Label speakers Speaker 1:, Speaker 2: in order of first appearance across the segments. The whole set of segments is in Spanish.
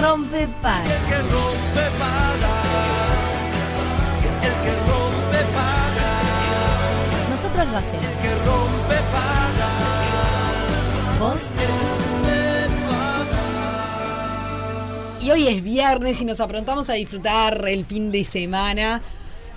Speaker 1: rompe para.
Speaker 2: que rompe paga. El que rompe paga.
Speaker 1: Nosotros lo hacemos.
Speaker 2: Que rompe paga.
Speaker 1: Vos,
Speaker 3: Y hoy es viernes y nos aprontamos a disfrutar el fin de semana.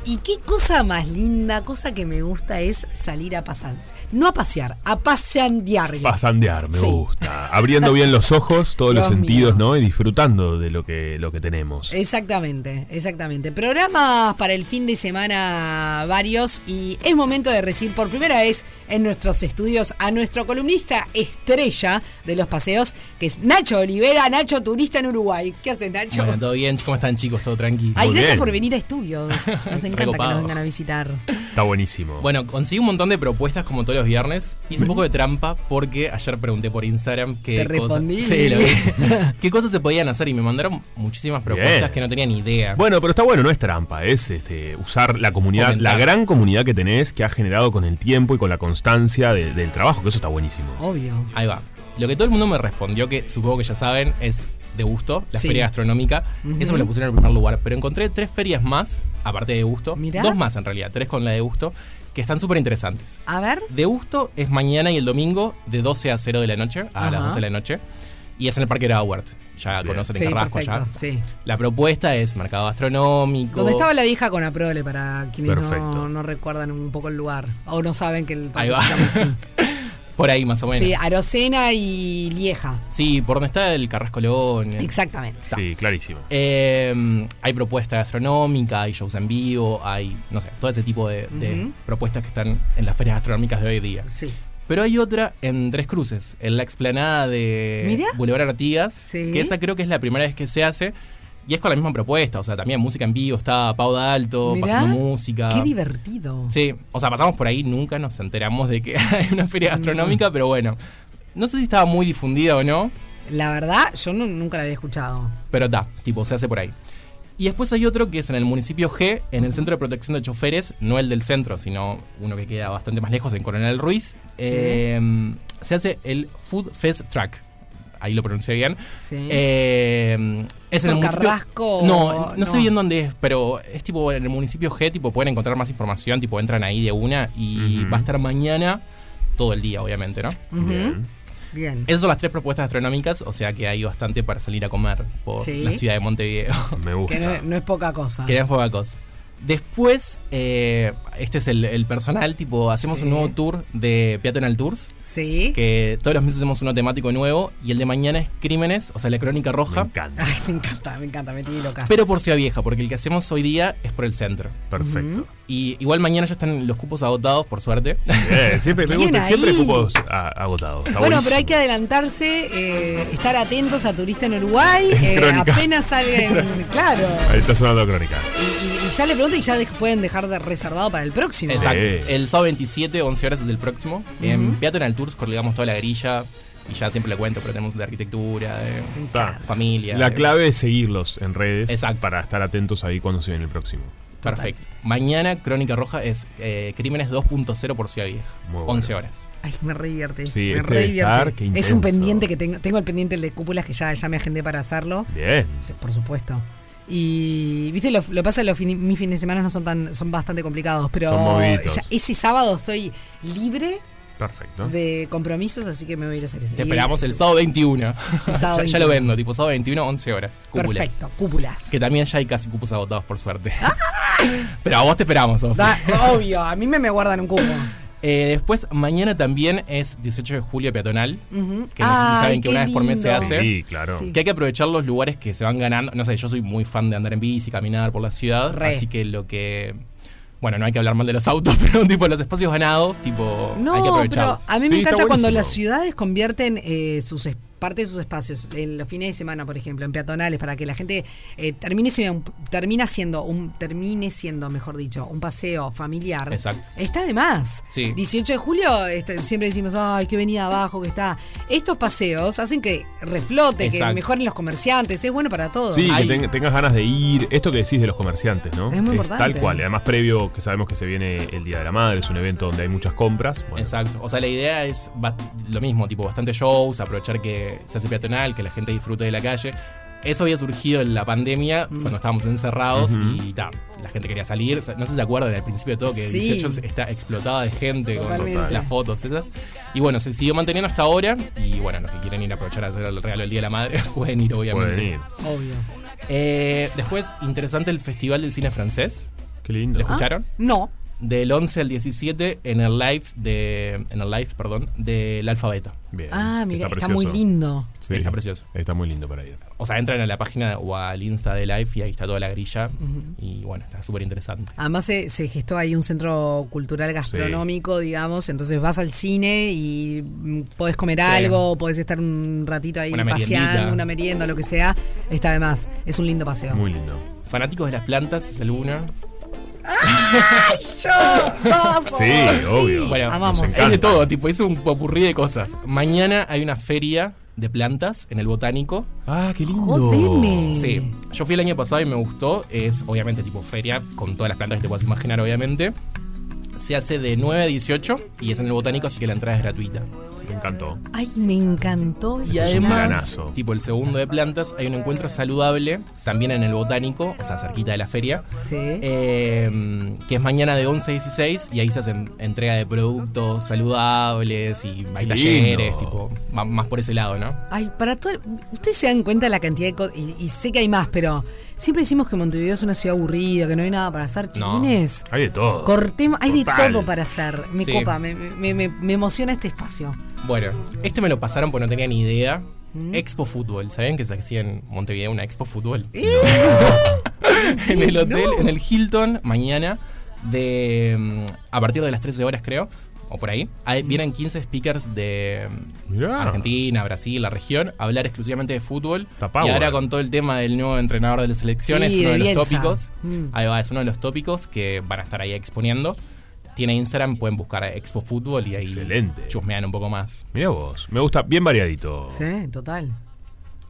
Speaker 3: Y qué cosa más linda, cosa que me gusta es salir a pasar. No a pasear, a paseandear.
Speaker 4: Pasandear, me
Speaker 3: Sí.
Speaker 4: gusta. Abriendo bien los ojos, todos los
Speaker 3: Dios
Speaker 4: sentidos,
Speaker 3: mío. Eh.
Speaker 4: ¿no? Y disfrutando de lo que, lo que tenemos.
Speaker 3: Exactamente, exactamente. Programas para el fin de semana varios y es momento de recibir por primera vez en nuestros estudios a nuestro columnista estrella de los paseos, que es Nacho Olivera, Nacho Turista en Uruguay. ¿Qué haces, Nacho?
Speaker 5: Bueno, todo bien, ¿cómo están chicos? ¿Todo tranquilo?
Speaker 3: Ay,
Speaker 4: Muy
Speaker 3: gracias
Speaker 4: bien.
Speaker 3: por venir a estudios. Nos encanta que nos
Speaker 5: Recopado.
Speaker 3: vengan a visitar.
Speaker 4: Está buenísimo.
Speaker 5: Bueno, conseguí un montón de propuestas como todos los viernes. Hice un poco de trampa porque ayer pregunté por Instagram qué
Speaker 3: Te
Speaker 5: cosas.
Speaker 3: respondí.
Speaker 5: Sí, lo vi. qué cosas se podían hacer y me mandaron muchísimas propuestas
Speaker 4: Bien.
Speaker 5: que no tenía ni idea.
Speaker 4: Bueno, pero está bueno, no es trampa, es este, usar la comunidad,
Speaker 5: Fomentar.
Speaker 4: la gran comunidad que tenés, que ha generado con el tiempo y con la constancia de- del trabajo, que eso está buenísimo.
Speaker 3: Obvio.
Speaker 5: Ahí va. Lo que todo el mundo me respondió, que supongo que ya saben, es de gusto, la
Speaker 3: Sí.
Speaker 5: feria gastronómica. Eso me lo pusieron en primer lugar. Pero encontré tres ferias más, aparte de gusto.
Speaker 3: Mirá.
Speaker 5: Dos más en realidad, tres con la de gusto, que están súper interesantes.
Speaker 3: A ver.
Speaker 5: De gusto es mañana y el domingo de 12 a 0 de la noche, a
Speaker 3: Ajá.
Speaker 5: las 12 de la noche. Y es en el Parque de Howard. Ya
Speaker 4: Bien.
Speaker 5: conocen el
Speaker 3: Sí,
Speaker 5: Carrasco
Speaker 3: perfecto.
Speaker 5: ya.
Speaker 3: Sí.
Speaker 5: La propuesta es mercado gastronómico.
Speaker 3: Donde estaba la vieja con Aprole, para quienes no,
Speaker 4: Perfecto.
Speaker 3: no recuerdan un poco el lugar o no saben que el
Speaker 5: Ahí
Speaker 3: parque
Speaker 5: va.
Speaker 3: se llama así.
Speaker 5: Por ahí más o menos.
Speaker 3: Sí, ah.
Speaker 5: Sí,
Speaker 3: Arocena y Lieja.
Speaker 5: por donde está el Carrasco León.
Speaker 3: Exactamente.
Speaker 4: Sí, clarísimo.
Speaker 5: Eh, hay propuesta gastronómica, hay shows en vivo, hay, no sé, todo ese tipo de, de propuestas que están en las ferias gastronómicas de hoy día.
Speaker 3: Sí.
Speaker 5: Pero hay otra en Tres Cruces, en la explanada de
Speaker 3: Mirá.
Speaker 5: Boulevard Artigas,
Speaker 3: Sí.
Speaker 5: que esa creo que es la primera vez que se hace. Y es con la misma propuesta, o sea, también música en vivo, está Pau Alto,
Speaker 3: Mirá,
Speaker 5: pasando música.
Speaker 3: Qué divertido.
Speaker 5: Ah. Sí, o sea, pasamos por ahí, nunca nos enteramos de que hay una feria gastronómica, pero bueno. No sé si estaba muy difundida o no,
Speaker 3: La verdad, yo nu- nunca la había escuchado.
Speaker 5: pero está, tipo, se hace por ahí. Y después hay otro que es en el municipio G, en el Centro de Protección de Choferes, no el del centro, sino uno que queda bastante más lejos, en Coronel Ruiz. Eh, se hace el Food Fest Track. Ahí lo pronuncié bien.
Speaker 3: Sí.
Speaker 5: Eh, es
Speaker 3: ¿Por
Speaker 5: en el municipio.
Speaker 3: Mm. Carrasco
Speaker 5: No, no,
Speaker 3: o
Speaker 5: sé
Speaker 3: no?
Speaker 5: bien dónde es, pero es tipo en el municipio G, tipo pueden encontrar más información, tipo entran ahí de una y va a estar mañana todo el día, obviamente, ¿no?
Speaker 4: Bien.
Speaker 3: Bien.
Speaker 5: Esas son las tres propuestas gastronómicas, o sea que hay bastante para salir a comer por
Speaker 3: Sí.
Speaker 5: la ciudad de Montevideo.
Speaker 4: Me
Speaker 3: Que
Speaker 4: gusta.
Speaker 3: no, no es poca cosa.
Speaker 5: Querían poca cosa. Después, eh, este es el, el personal, tipo, hacemos
Speaker 3: Sí.
Speaker 5: un nuevo tour de Peatonal Tours,
Speaker 3: Sí.
Speaker 5: que todos los meses hacemos uno temático nuevo, y el de mañana es Crímenes, o sea, la crónica
Speaker 4: Me
Speaker 5: roja,
Speaker 4: encanta.
Speaker 3: Ay, me encanta, me encanta, me tiene loca.
Speaker 5: pero por Ciudad Vieja, porque el que hacemos hoy día es por el centro.
Speaker 4: Perfecto.
Speaker 5: Y igual mañana ya están los cupos agotados, por suerte.
Speaker 4: Bien, Eh, siempre me
Speaker 3: Bien
Speaker 4: gusta, siempre
Speaker 3: ahí.
Speaker 4: cupos ah, agotados. Está
Speaker 3: bueno,
Speaker 4: buenísimo.
Speaker 3: pero hay que adelantarse, eh, estar atentos a Turista en Uruguay. eh,
Speaker 4: Crónica.
Speaker 3: apenas salgan, claro.
Speaker 4: Ahí está sonando la crónica.
Speaker 3: Y, y- y ya le pregunto y ya de- pueden dejar de reservado para el próximo.
Speaker 5: Exacto.
Speaker 4: Sí.
Speaker 5: El sábado 27, 11 horas es el próximo. En Peatonal Tours colgamos toda la grilla, y ya siempre le cuento, pero tenemos de arquitectura, de
Speaker 4: Está.
Speaker 5: familia.
Speaker 4: La
Speaker 5: de-
Speaker 4: clave es seguirlos en redes
Speaker 5: Exacto.
Speaker 4: para estar atentos ahí cuando se viene el próximo.
Speaker 5: Perfecto. Mañana Crónica Roja es eh, Crímenes 2.0 por Ciudad Vieja.
Speaker 4: Muy bueno.
Speaker 5: 11 horas.
Speaker 3: Ay, me re divierte.
Speaker 4: Sí,
Speaker 3: me
Speaker 4: este
Speaker 3: re
Speaker 4: de
Speaker 3: divierte.
Speaker 4: estar, qué
Speaker 3: es un
Speaker 4: intenso.
Speaker 3: pendiente que tengo. Tengo el pendiente el de cúpulas que ya, ya me agendé para hacerlo.
Speaker 4: Bien.
Speaker 3: Sí, Por supuesto. Y viste, lo, lo pasa, los fini- mis fines de semana no son tan, son bastante complicados, pero
Speaker 4: Son moviditos.
Speaker 3: ya ese sábado estoy libre
Speaker 4: Perfecto.
Speaker 3: de compromisos, así que me voy a ir a hacer ese.
Speaker 5: Te
Speaker 3: Y-
Speaker 5: esperamos el sábado 21.
Speaker 3: El sábado
Speaker 5: ya, ya
Speaker 3: 21.
Speaker 5: lo vendo, tipo sábado 21, 11 horas. Cúpulas.
Speaker 3: Perfecto, cúpulas.
Speaker 5: Que también ya hay casi cupos agotados, por suerte. Pero a vos te esperamos, Sofi.
Speaker 3: Da- obvio, a mí me, me guardan un cupo.
Speaker 5: Eh, después, mañana también es 18 de julio peatonal. Que no sé
Speaker 3: Ay,
Speaker 5: si saben que
Speaker 3: qué
Speaker 5: una vez por mes se
Speaker 3: lindo.
Speaker 5: hace.
Speaker 4: Sí, claro.
Speaker 3: Sí.
Speaker 5: Que hay que aprovechar los lugares que se van ganando. No sé, yo soy muy fan de andar en bici, caminar por la ciudad.
Speaker 3: Re.
Speaker 5: Así que lo que. Bueno, no hay que hablar mal de los autos, pero tipo los espacios ganados, tipo. hay que
Speaker 3: No, pero
Speaker 5: aprovecharlos.
Speaker 3: a mí me
Speaker 4: Sí, está
Speaker 3: encanta cuando
Speaker 4: buenísimo.
Speaker 3: las ciudades convierten eh, sus es- parte de sus espacios en los fines de semana, por ejemplo, en peatonales, para que la gente eh, termine, siendo un- termina siendo un termine siendo, mejor dicho, un paseo familiar.
Speaker 5: Exacto.
Speaker 3: Está de más.
Speaker 5: Sí.
Speaker 3: 18 de julio este, siempre decimos, ay, qué venida abajo que está. Estos paseos hacen que reflote, que
Speaker 5: Exacto.
Speaker 3: mejoren los comerciantes, es bueno para todos.
Speaker 4: Sí,
Speaker 5: Hay-
Speaker 4: que ten- tengas ganas de ir. Esto que decís de los comerciantes, ¿no?
Speaker 3: Es muy importante.
Speaker 4: tal cual. Además, previo que sabemos que se viene el Día de la Madre, es un evento donde hay muchas compras. Bueno,
Speaker 5: Exacto. O sea, la idea es ba- lo mismo, tipo, bastante shows, aprovechar que se hace peatonal, que la gente disfrute de la calle. Eso había surgido en la pandemia, cuando estábamos encerrados y ta, la gente quería salir. O sea, no sé si se acuerdan al principio de todo que
Speaker 3: Sí.
Speaker 5: 18 está explotada de gente
Speaker 3: Totalmente.
Speaker 5: con las fotos esas. Y bueno, se siguió manteniendo hasta ahora. Y bueno, los que quieren ir a aprovechar a hacer el regalo del Día de la Madre pueden ir, obviamente.
Speaker 4: Pueden ir.
Speaker 3: Obvio.
Speaker 5: Eh, después, interesante el Festival del Cine Francés.
Speaker 4: Qué
Speaker 5: ¿Lo
Speaker 4: lindo.
Speaker 5: escucharon?
Speaker 3: No.
Speaker 5: Del 11 al 17 en el live de, en el live, perdón, del alfabeto.
Speaker 4: Bien.
Speaker 3: Ah, mira, está, muy
Speaker 4: precioso.
Speaker 3: lindo.
Speaker 4: Sí,
Speaker 5: Está precioso.
Speaker 4: Está muy lindo para ir.
Speaker 5: O sea, entran a la página o al Insta de Live y ahí está toda la grilla. Y bueno, está súper interesante.
Speaker 3: Además se, se gestó ahí un centro cultural gastronómico, digamos, entonces vas al cine y mm, podés comer
Speaker 5: Sí.
Speaker 3: algo, podés estar un ratito ahí
Speaker 5: Una
Speaker 3: paseando,
Speaker 5: meriendita.
Speaker 3: una merienda, lo que sea. Está de más, es un lindo paseo.
Speaker 4: Muy lindo.
Speaker 5: Fanáticos de las plantas, es alguna.
Speaker 3: ¡Yo! ¡Vamos!
Speaker 4: Sí, obvio.
Speaker 5: Bueno,
Speaker 3: Amamos.
Speaker 4: nos
Speaker 5: Hay
Speaker 4: encanta.
Speaker 5: de todo, tipo, hice un popurrí de cosas. Mañana hay una feria de plantas en el botánico.
Speaker 4: Ah, qué lindo. Mm.
Speaker 3: Jodeme.
Speaker 5: Sí, yo fui el año pasado y me gustó. Es obviamente tipo feria con todas las plantas que te puedas imaginar, obviamente. Se hace de 9 a 18 y es en el botánico, así que la entrada es gratuita.
Speaker 4: Me encantó.
Speaker 3: Ay, me encantó.
Speaker 5: Y
Speaker 3: esto.
Speaker 5: además,
Speaker 4: planazo.
Speaker 5: tipo el segundo de plantas, hay un encuentro saludable también en el botánico, o sea, cerquita de la feria.
Speaker 3: Sí.
Speaker 5: eh, que es mañana de 11 a 16 y ahí se hacen entrega de productos saludables y hay
Speaker 4: Lindo.
Speaker 5: talleres, tipo, va más por ese lado, ¿no?
Speaker 3: Ay, para todo. el- Ustedes se dan cuenta de la cantidad de cosas. Y, y sé que hay más, pero siempre decimos que Montevideo es una ciudad aburrida, que no hay nada para hacer.
Speaker 5: No.
Speaker 3: Chiquines,
Speaker 4: Hay de todo.
Speaker 3: cortemos. Hay de
Speaker 4: Total.
Speaker 3: todo para hacer. Me
Speaker 5: Sí.
Speaker 3: copa, me, me- me- me emociona este espacio.
Speaker 5: Bueno, este me lo pasaron porque no tenía ni idea. Expo Fútbol, ¿saben que se hacía en Montevideo una Expo Fútbol? en el hotel, en el Hilton, mañana, de mm, a partir de las 13 horas creo, o por ahí, ahí vienen 15 speakers de mm,
Speaker 4: Mirá.
Speaker 5: Argentina, Brasil, la región, a hablar exclusivamente de fútbol.
Speaker 4: Está power.
Speaker 5: Y ahora con todo el tema del nuevo entrenador de las selecciones,
Speaker 3: Sí,
Speaker 5: uno
Speaker 3: de
Speaker 5: de, los
Speaker 3: Bielsa.
Speaker 5: tópicos.
Speaker 3: Mm.
Speaker 5: Ahí va, es uno de los tópicos que van a estar ahí exponiendo. Tiene Instagram, pueden buscar a Expo Fútbol y ahí
Speaker 4: Excelente.
Speaker 5: chusmean un poco más.
Speaker 4: Mirá vos. Me gusta. Bien variadito.
Speaker 3: Sí, total.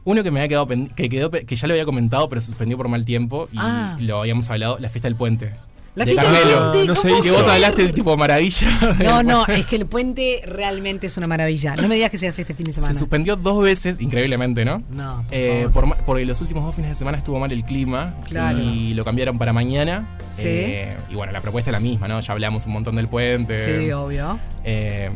Speaker 5: Uno que me había quedado pen- que quedó pe- que ya lo había comentado, pero se suspendió por mal tiempo y
Speaker 3: Ah.
Speaker 5: lo habíamos hablado, la fiesta del puente.
Speaker 3: La
Speaker 5: De
Speaker 3: fiesta del
Speaker 5: Carmelo.
Speaker 3: puente,
Speaker 4: No sé,
Speaker 3: ¿cómo
Speaker 5: Que vos
Speaker 3: fue?
Speaker 5: hablaste de tipo maravilla.
Speaker 3: No, no, es que el puente realmente es una maravilla. No me digas que se hace este fin de semana.
Speaker 5: Se suspendió dos veces, increíblemente, ¿no?
Speaker 3: No, por
Speaker 5: Eh,
Speaker 3: favor.
Speaker 5: por ma- porque los últimos dos fines de semana estuvo mal el clima
Speaker 3: Claro.
Speaker 5: y lo cambiaron para mañana.
Speaker 3: Sí.
Speaker 5: Eh, y bueno, la propuesta es la misma, ¿no? Ya hablamos un montón del puente.
Speaker 3: Sí, obvio.
Speaker 5: Eh,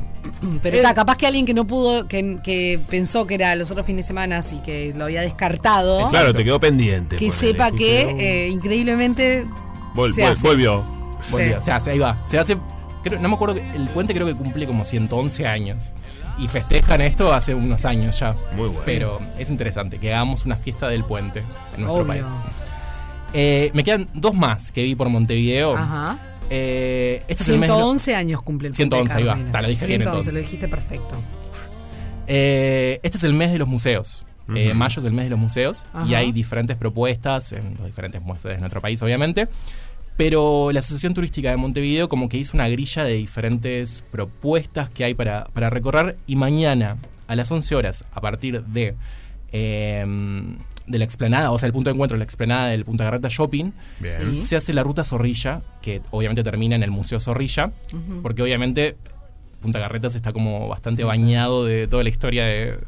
Speaker 3: Pero está, capaz que alguien que no pudo, que, que pensó que era los otros fines de semana y que lo había descartado,
Speaker 5: Exacto.
Speaker 4: Eh, Claro, te quedó pendiente.
Speaker 3: que
Speaker 4: ponele.
Speaker 3: sepa que
Speaker 4: Escuché,
Speaker 3: eh, increíblemente
Speaker 4: uh, vol-
Speaker 3: se
Speaker 4: vol-
Speaker 3: hace.
Speaker 4: volvió.
Speaker 5: buen
Speaker 3: Sí.
Speaker 5: día. Se hace, ahí va. Se hace. creo- no me acuerdo, que- el puente creo que cumple como 111 años. Y festejan esto hace unos años ya.
Speaker 4: Muy bueno.
Speaker 5: Pero es interesante que hagamos una fiesta del puente en nuestro
Speaker 3: Obvio.
Speaker 5: país. Eh, me quedan dos más que vi por Montevideo.
Speaker 3: Ajá.
Speaker 5: Eh, este es el Oh. mes.
Speaker 3: 111 años cumple el
Speaker 5: 111, ahí va.
Speaker 3: Carmela.
Speaker 5: Está, lo dije bien, entonces.
Speaker 3: lo dijiste perfecto.
Speaker 5: Eh, este es el mes de los museos. Eh, mayo es el mes de los museos y
Speaker 3: Ajá.
Speaker 5: hay diferentes propuestas en los diferentes museos de nuestro país, obviamente. Pero la Asociación Turística de Montevideo como que hizo una grilla de diferentes propuestas que hay para, para recorrer y mañana a las 11 horas a partir de, eh, de la explanada, o sea, el punto de encuentro, la explanada del Punta Garreta Shopping,
Speaker 4: Bien.
Speaker 3: Sí.
Speaker 5: se hace la ruta Zorrilla, que obviamente termina en el Museo Zorrilla, porque obviamente Punta Carretas está como bastante bañado de toda la historia de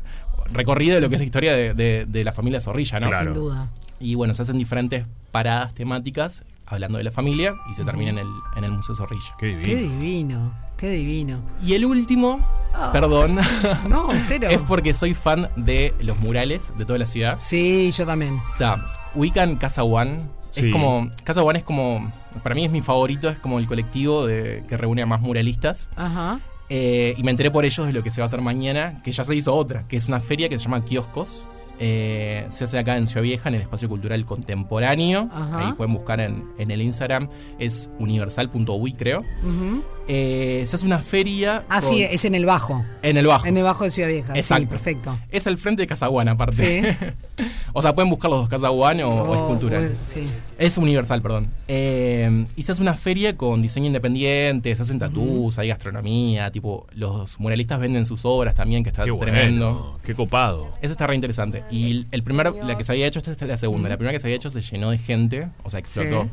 Speaker 5: recorrido de lo que es la historia de, de- de la familia Zorrilla, ¿no?
Speaker 4: Claro.
Speaker 3: Sin duda.
Speaker 5: Y bueno, se hacen diferentes paradas temáticas hablando de la familia y se termina en el, en el Museo Zorrilla.
Speaker 4: Qué
Speaker 3: Qué
Speaker 4: divino.
Speaker 3: divino, qué divino.
Speaker 5: Y el último, perdón,
Speaker 3: No, cero.
Speaker 5: es porque soy fan de los murales de toda la ciudad.
Speaker 3: Sí, yo también.
Speaker 5: Está, ubican Casa One.
Speaker 4: Sí.
Speaker 5: Es como. Casa One es como. Para mí es mi favorito, es como el colectivo de, que reúne a más muralistas.
Speaker 3: Ajá.
Speaker 5: Eh, y me enteré por ellos de lo que se va a hacer mañana, que ya se hizo otra, que es una feria que se llama Kioscos. Eh, se hace acá en Ciudad Vieja, en el Espacio Cultural Contemporáneo.
Speaker 3: Ajá.
Speaker 5: Ahí pueden buscar en, en el Instagram. Es universal.uy, creo.
Speaker 3: Ujú.
Speaker 5: Eh, se hace una feria.
Speaker 3: Ah, sí,
Speaker 5: con-
Speaker 3: es en el bajo.
Speaker 5: en el bajo.
Speaker 3: En el bajo de Ciudad Vieja. Sí,
Speaker 5: Exacto.
Speaker 3: perfecto.
Speaker 5: Es al frente de Casaguán, aparte. o sea, pueden buscar los dos Casaguán o, o
Speaker 3: Oh,
Speaker 5: Escultural.
Speaker 3: bueno, Sí.
Speaker 5: Es universal, perdón. Eh, y se hace una feria con diseño independiente, se hacen tatús, hay gastronomía, tipo, los muralistas venden sus obras también, que está
Speaker 4: Qué
Speaker 5: tremendo.
Speaker 4: bueno. Qué copado.
Speaker 5: Eso está re interesante. Y el- el primer, la que se había hecho, esta es la segunda. La primera que se había hecho se llenó de gente, o sea, explotó.
Speaker 3: Sí.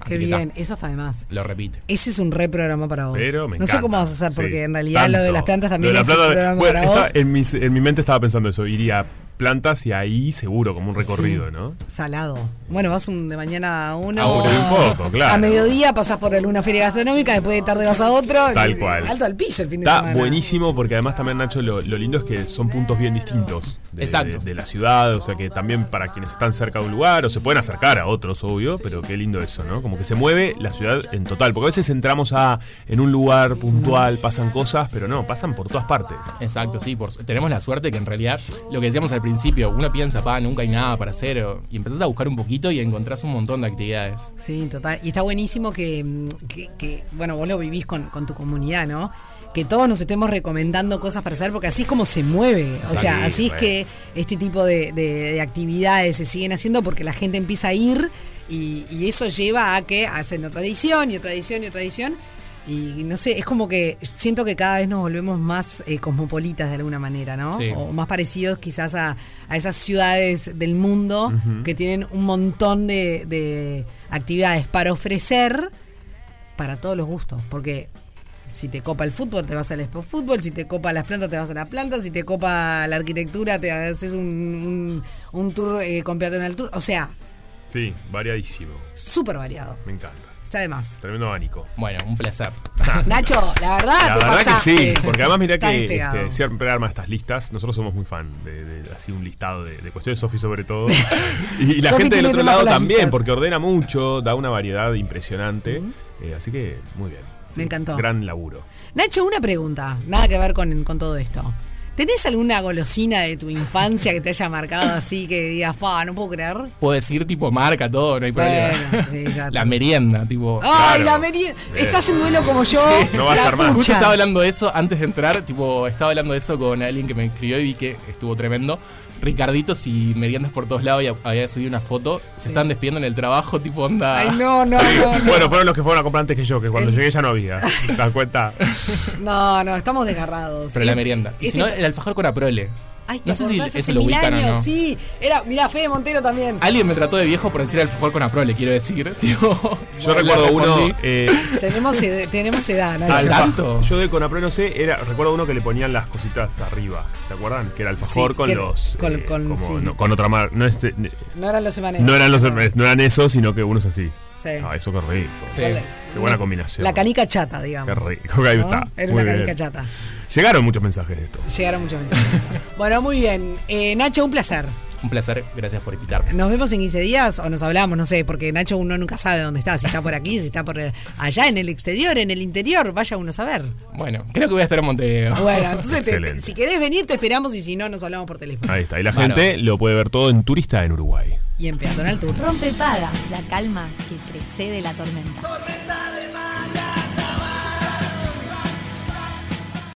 Speaker 5: Así
Speaker 3: Qué
Speaker 5: que ta,
Speaker 3: bien, eso está de más.
Speaker 5: lo repite.
Speaker 3: Ese es un re programa para vos.
Speaker 4: Pero me
Speaker 3: no sé
Speaker 4: encanta.
Speaker 3: cómo vas a hacer, porque
Speaker 4: Sí,
Speaker 3: en realidad lo de
Speaker 4: tanto.
Speaker 3: las plantas también
Speaker 4: Lo de
Speaker 3: es
Speaker 4: la
Speaker 3: un
Speaker 4: plata-
Speaker 3: programa
Speaker 4: bueno,
Speaker 3: para
Speaker 4: está- eh,
Speaker 3: vos.
Speaker 4: En, mis- en mi mente estaba pensando eso. Iría plantas y ahí seguro, como un recorrido,
Speaker 3: Sí.
Speaker 4: ¿no?
Speaker 3: Salado. Bueno, vas un- de mañana a uno.
Speaker 4: A uno y un poco, claro.
Speaker 3: A mediodía pasas por una feria gastronómica, después de tarde vas a otro.
Speaker 4: Tal cual.
Speaker 3: Alto al piso el fin de
Speaker 4: Está
Speaker 3: semana.
Speaker 4: buenísimo porque además también, Nacho, lo, lo lindo es que son puntos bien distintos de,
Speaker 5: Exacto.
Speaker 4: de- de la ciudad, o sea que también para quienes están cerca de un lugar o se pueden acercar a otros, obvio, pero qué lindo eso, ¿no? Como que se mueve la ciudad en total, porque a veces entramos a en un lugar puntual, pasan cosas, pero no, pasan por todas partes.
Speaker 5: Exacto, sí, por, su- tenemos la suerte que en realidad lo que decíamos al principio, uno piensa, pa, nunca hay nada para hacer, o- y empezás a buscar un poquito y encontrás un montón de actividades.
Speaker 3: Sí, total. Y está buenísimo que, mm, que- que, bueno, vos lo vivís con, con tu comunidad, ¿no? Que todos nos estemos recomendando cosas para hacer, porque así es como se mueve. O
Speaker 4: Sí,
Speaker 3: sea, así es
Speaker 4: re.
Speaker 3: que este tipo de, de- de actividades se siguen haciendo porque la gente empieza a ir y, y eso lleva a que hacen otra edición y otra edición y otra edición. Y no sé, es como que siento que cada vez nos volvemos más eh, cosmopolitas de alguna manera, ¿no?
Speaker 5: Sí.
Speaker 3: O más parecidos quizás a, a esas ciudades del mundo que tienen un montón de, de actividades para ofrecer para todos los gustos. Porque si te copa el fútbol, te vas al expo fútbol, si te copa las plantas, te vas a las plantas, si te copa la arquitectura, te haces un, un, un tour eh, con peatonal tour. O sea,
Speaker 4: Sí, variadísimo,
Speaker 3: súper variado.
Speaker 4: me encanta.
Speaker 3: Está de más.
Speaker 4: Tremendo abanico.
Speaker 5: Bueno, un placer.
Speaker 3: Nacho, la verdad,
Speaker 4: Ah. La
Speaker 3: te
Speaker 4: verdad
Speaker 3: pasaste.
Speaker 4: que sí, porque además mirá
Speaker 3: Estás
Speaker 4: que
Speaker 3: despegado.
Speaker 4: este, siempre arma estas listas. Nosotros somos muy fan de, de- así un listado de, de cuestiones, Sofi sobre todo. y, y la
Speaker 3: Sofi
Speaker 4: gente del
Speaker 3: tiene
Speaker 4: otro
Speaker 3: tema
Speaker 4: lado
Speaker 3: con las
Speaker 4: también,
Speaker 3: listas.
Speaker 4: porque ordena mucho, da una variedad impresionante. Eh, así que muy bien. Sí,
Speaker 3: encantó.
Speaker 4: Gran laburo.
Speaker 3: Nacho, una pregunta, nada que ver con, con todo esto. ¿Tenés alguna golosina de tu infancia que te haya marcado así que digas, "Fa, no puedo creer?
Speaker 4: Oh,
Speaker 5: Puedo decir tipo marca, todo, no hay problema.
Speaker 3: Bueno, sí, ya
Speaker 5: la
Speaker 3: está.
Speaker 5: merienda, tipo.
Speaker 3: ¡Ay,
Speaker 4: Claro.
Speaker 3: la merienda!
Speaker 4: Bien.
Speaker 3: Estás en duelo como yo.
Speaker 4: no va a
Speaker 3: la
Speaker 4: estar más.
Speaker 3: pucha.
Speaker 5: Justo estaba hablando de eso antes de entrar, tipo, estaba hablando de eso con alguien que me escribió y vi que estuvo tremendo. Ricardito, si meriendas por todos lados y había subido una foto, se están despidiendo en el trabajo, tipo onda.
Speaker 3: Ay, no, no, no, no.
Speaker 4: Bueno, fueron los que fueron a comprar antes que yo, que cuando
Speaker 3: El-
Speaker 4: llegué ya no había. ¿Te das cuenta?
Speaker 3: No, no, estamos desgarrados.
Speaker 5: Pero
Speaker 3: Y-
Speaker 5: la merienda. Y
Speaker 3: este-
Speaker 5: si no, el alfajor con aprole.
Speaker 3: Ay, ¿te
Speaker 5: no sé si
Speaker 3: acordás?
Speaker 5: eso
Speaker 3: hace
Speaker 5: lo
Speaker 3: mil
Speaker 5: ubican o
Speaker 3: años,
Speaker 5: no.
Speaker 3: sí. Era, mirá, Fede Montero también.
Speaker 5: Alguien me trató de viejo por decir alfajor con aprole, quiero decir. Tipo,
Speaker 4: Yo
Speaker 5: le
Speaker 4: recuerdo uno.
Speaker 5: respondí,
Speaker 4: eh,
Speaker 3: Tenemos, ed- tenemos edad,
Speaker 5: Al
Speaker 4: alfa-
Speaker 3: Nacho.
Speaker 5: tanto.
Speaker 4: Yo de Conapro no sé, era, recuerdo uno que le ponían las cositas arriba, ¿se acuerdan? Que era alfajor
Speaker 3: Sí,
Speaker 4: con
Speaker 3: que-
Speaker 4: los. eh,
Speaker 3: con- con-
Speaker 4: como-
Speaker 3: sí.
Speaker 4: no, con otra marca. No, este,
Speaker 3: No eran los semaneros.
Speaker 4: no eran los no eran esos, sino que uno es así.
Speaker 3: Sí.
Speaker 4: Ah, eso qué rico.
Speaker 5: Sí.
Speaker 3: Con la-
Speaker 4: Qué buena combinación.
Speaker 3: La canica chata,
Speaker 4: Qué
Speaker 3: digamos.
Speaker 4: rico, ahí
Speaker 3: ¿no?
Speaker 4: está.
Speaker 3: Era
Speaker 4: Muy
Speaker 3: una canica
Speaker 4: bien.
Speaker 3: chata.
Speaker 4: Llegaron muchos mensajes de esto.
Speaker 3: Llegaron muchos mensajes. bueno, muy bien. Eh, Nacho, un placer.
Speaker 5: Un placer, gracias por invitarme.
Speaker 3: Nos vemos en 15 días o nos hablamos, no sé, porque Nacho uno nunca sabe dónde está, si está por aquí, si está por allá, en el exterior, en el interior, vaya uno a saber.
Speaker 5: Bueno, creo que voy a estar en Montevideo.
Speaker 3: Bueno, entonces te-
Speaker 4: Excelente.
Speaker 3: si querés venir te esperamos y si no nos hablamos por teléfono.
Speaker 4: Ahí está. Y la
Speaker 5: Bárbaro.
Speaker 4: gente lo puede ver todo en Turista en Uruguay.
Speaker 3: Y en Peatonal Tour.
Speaker 1: Rompe paga, la calma que precede la tormenta.
Speaker 6: tormenta de mar.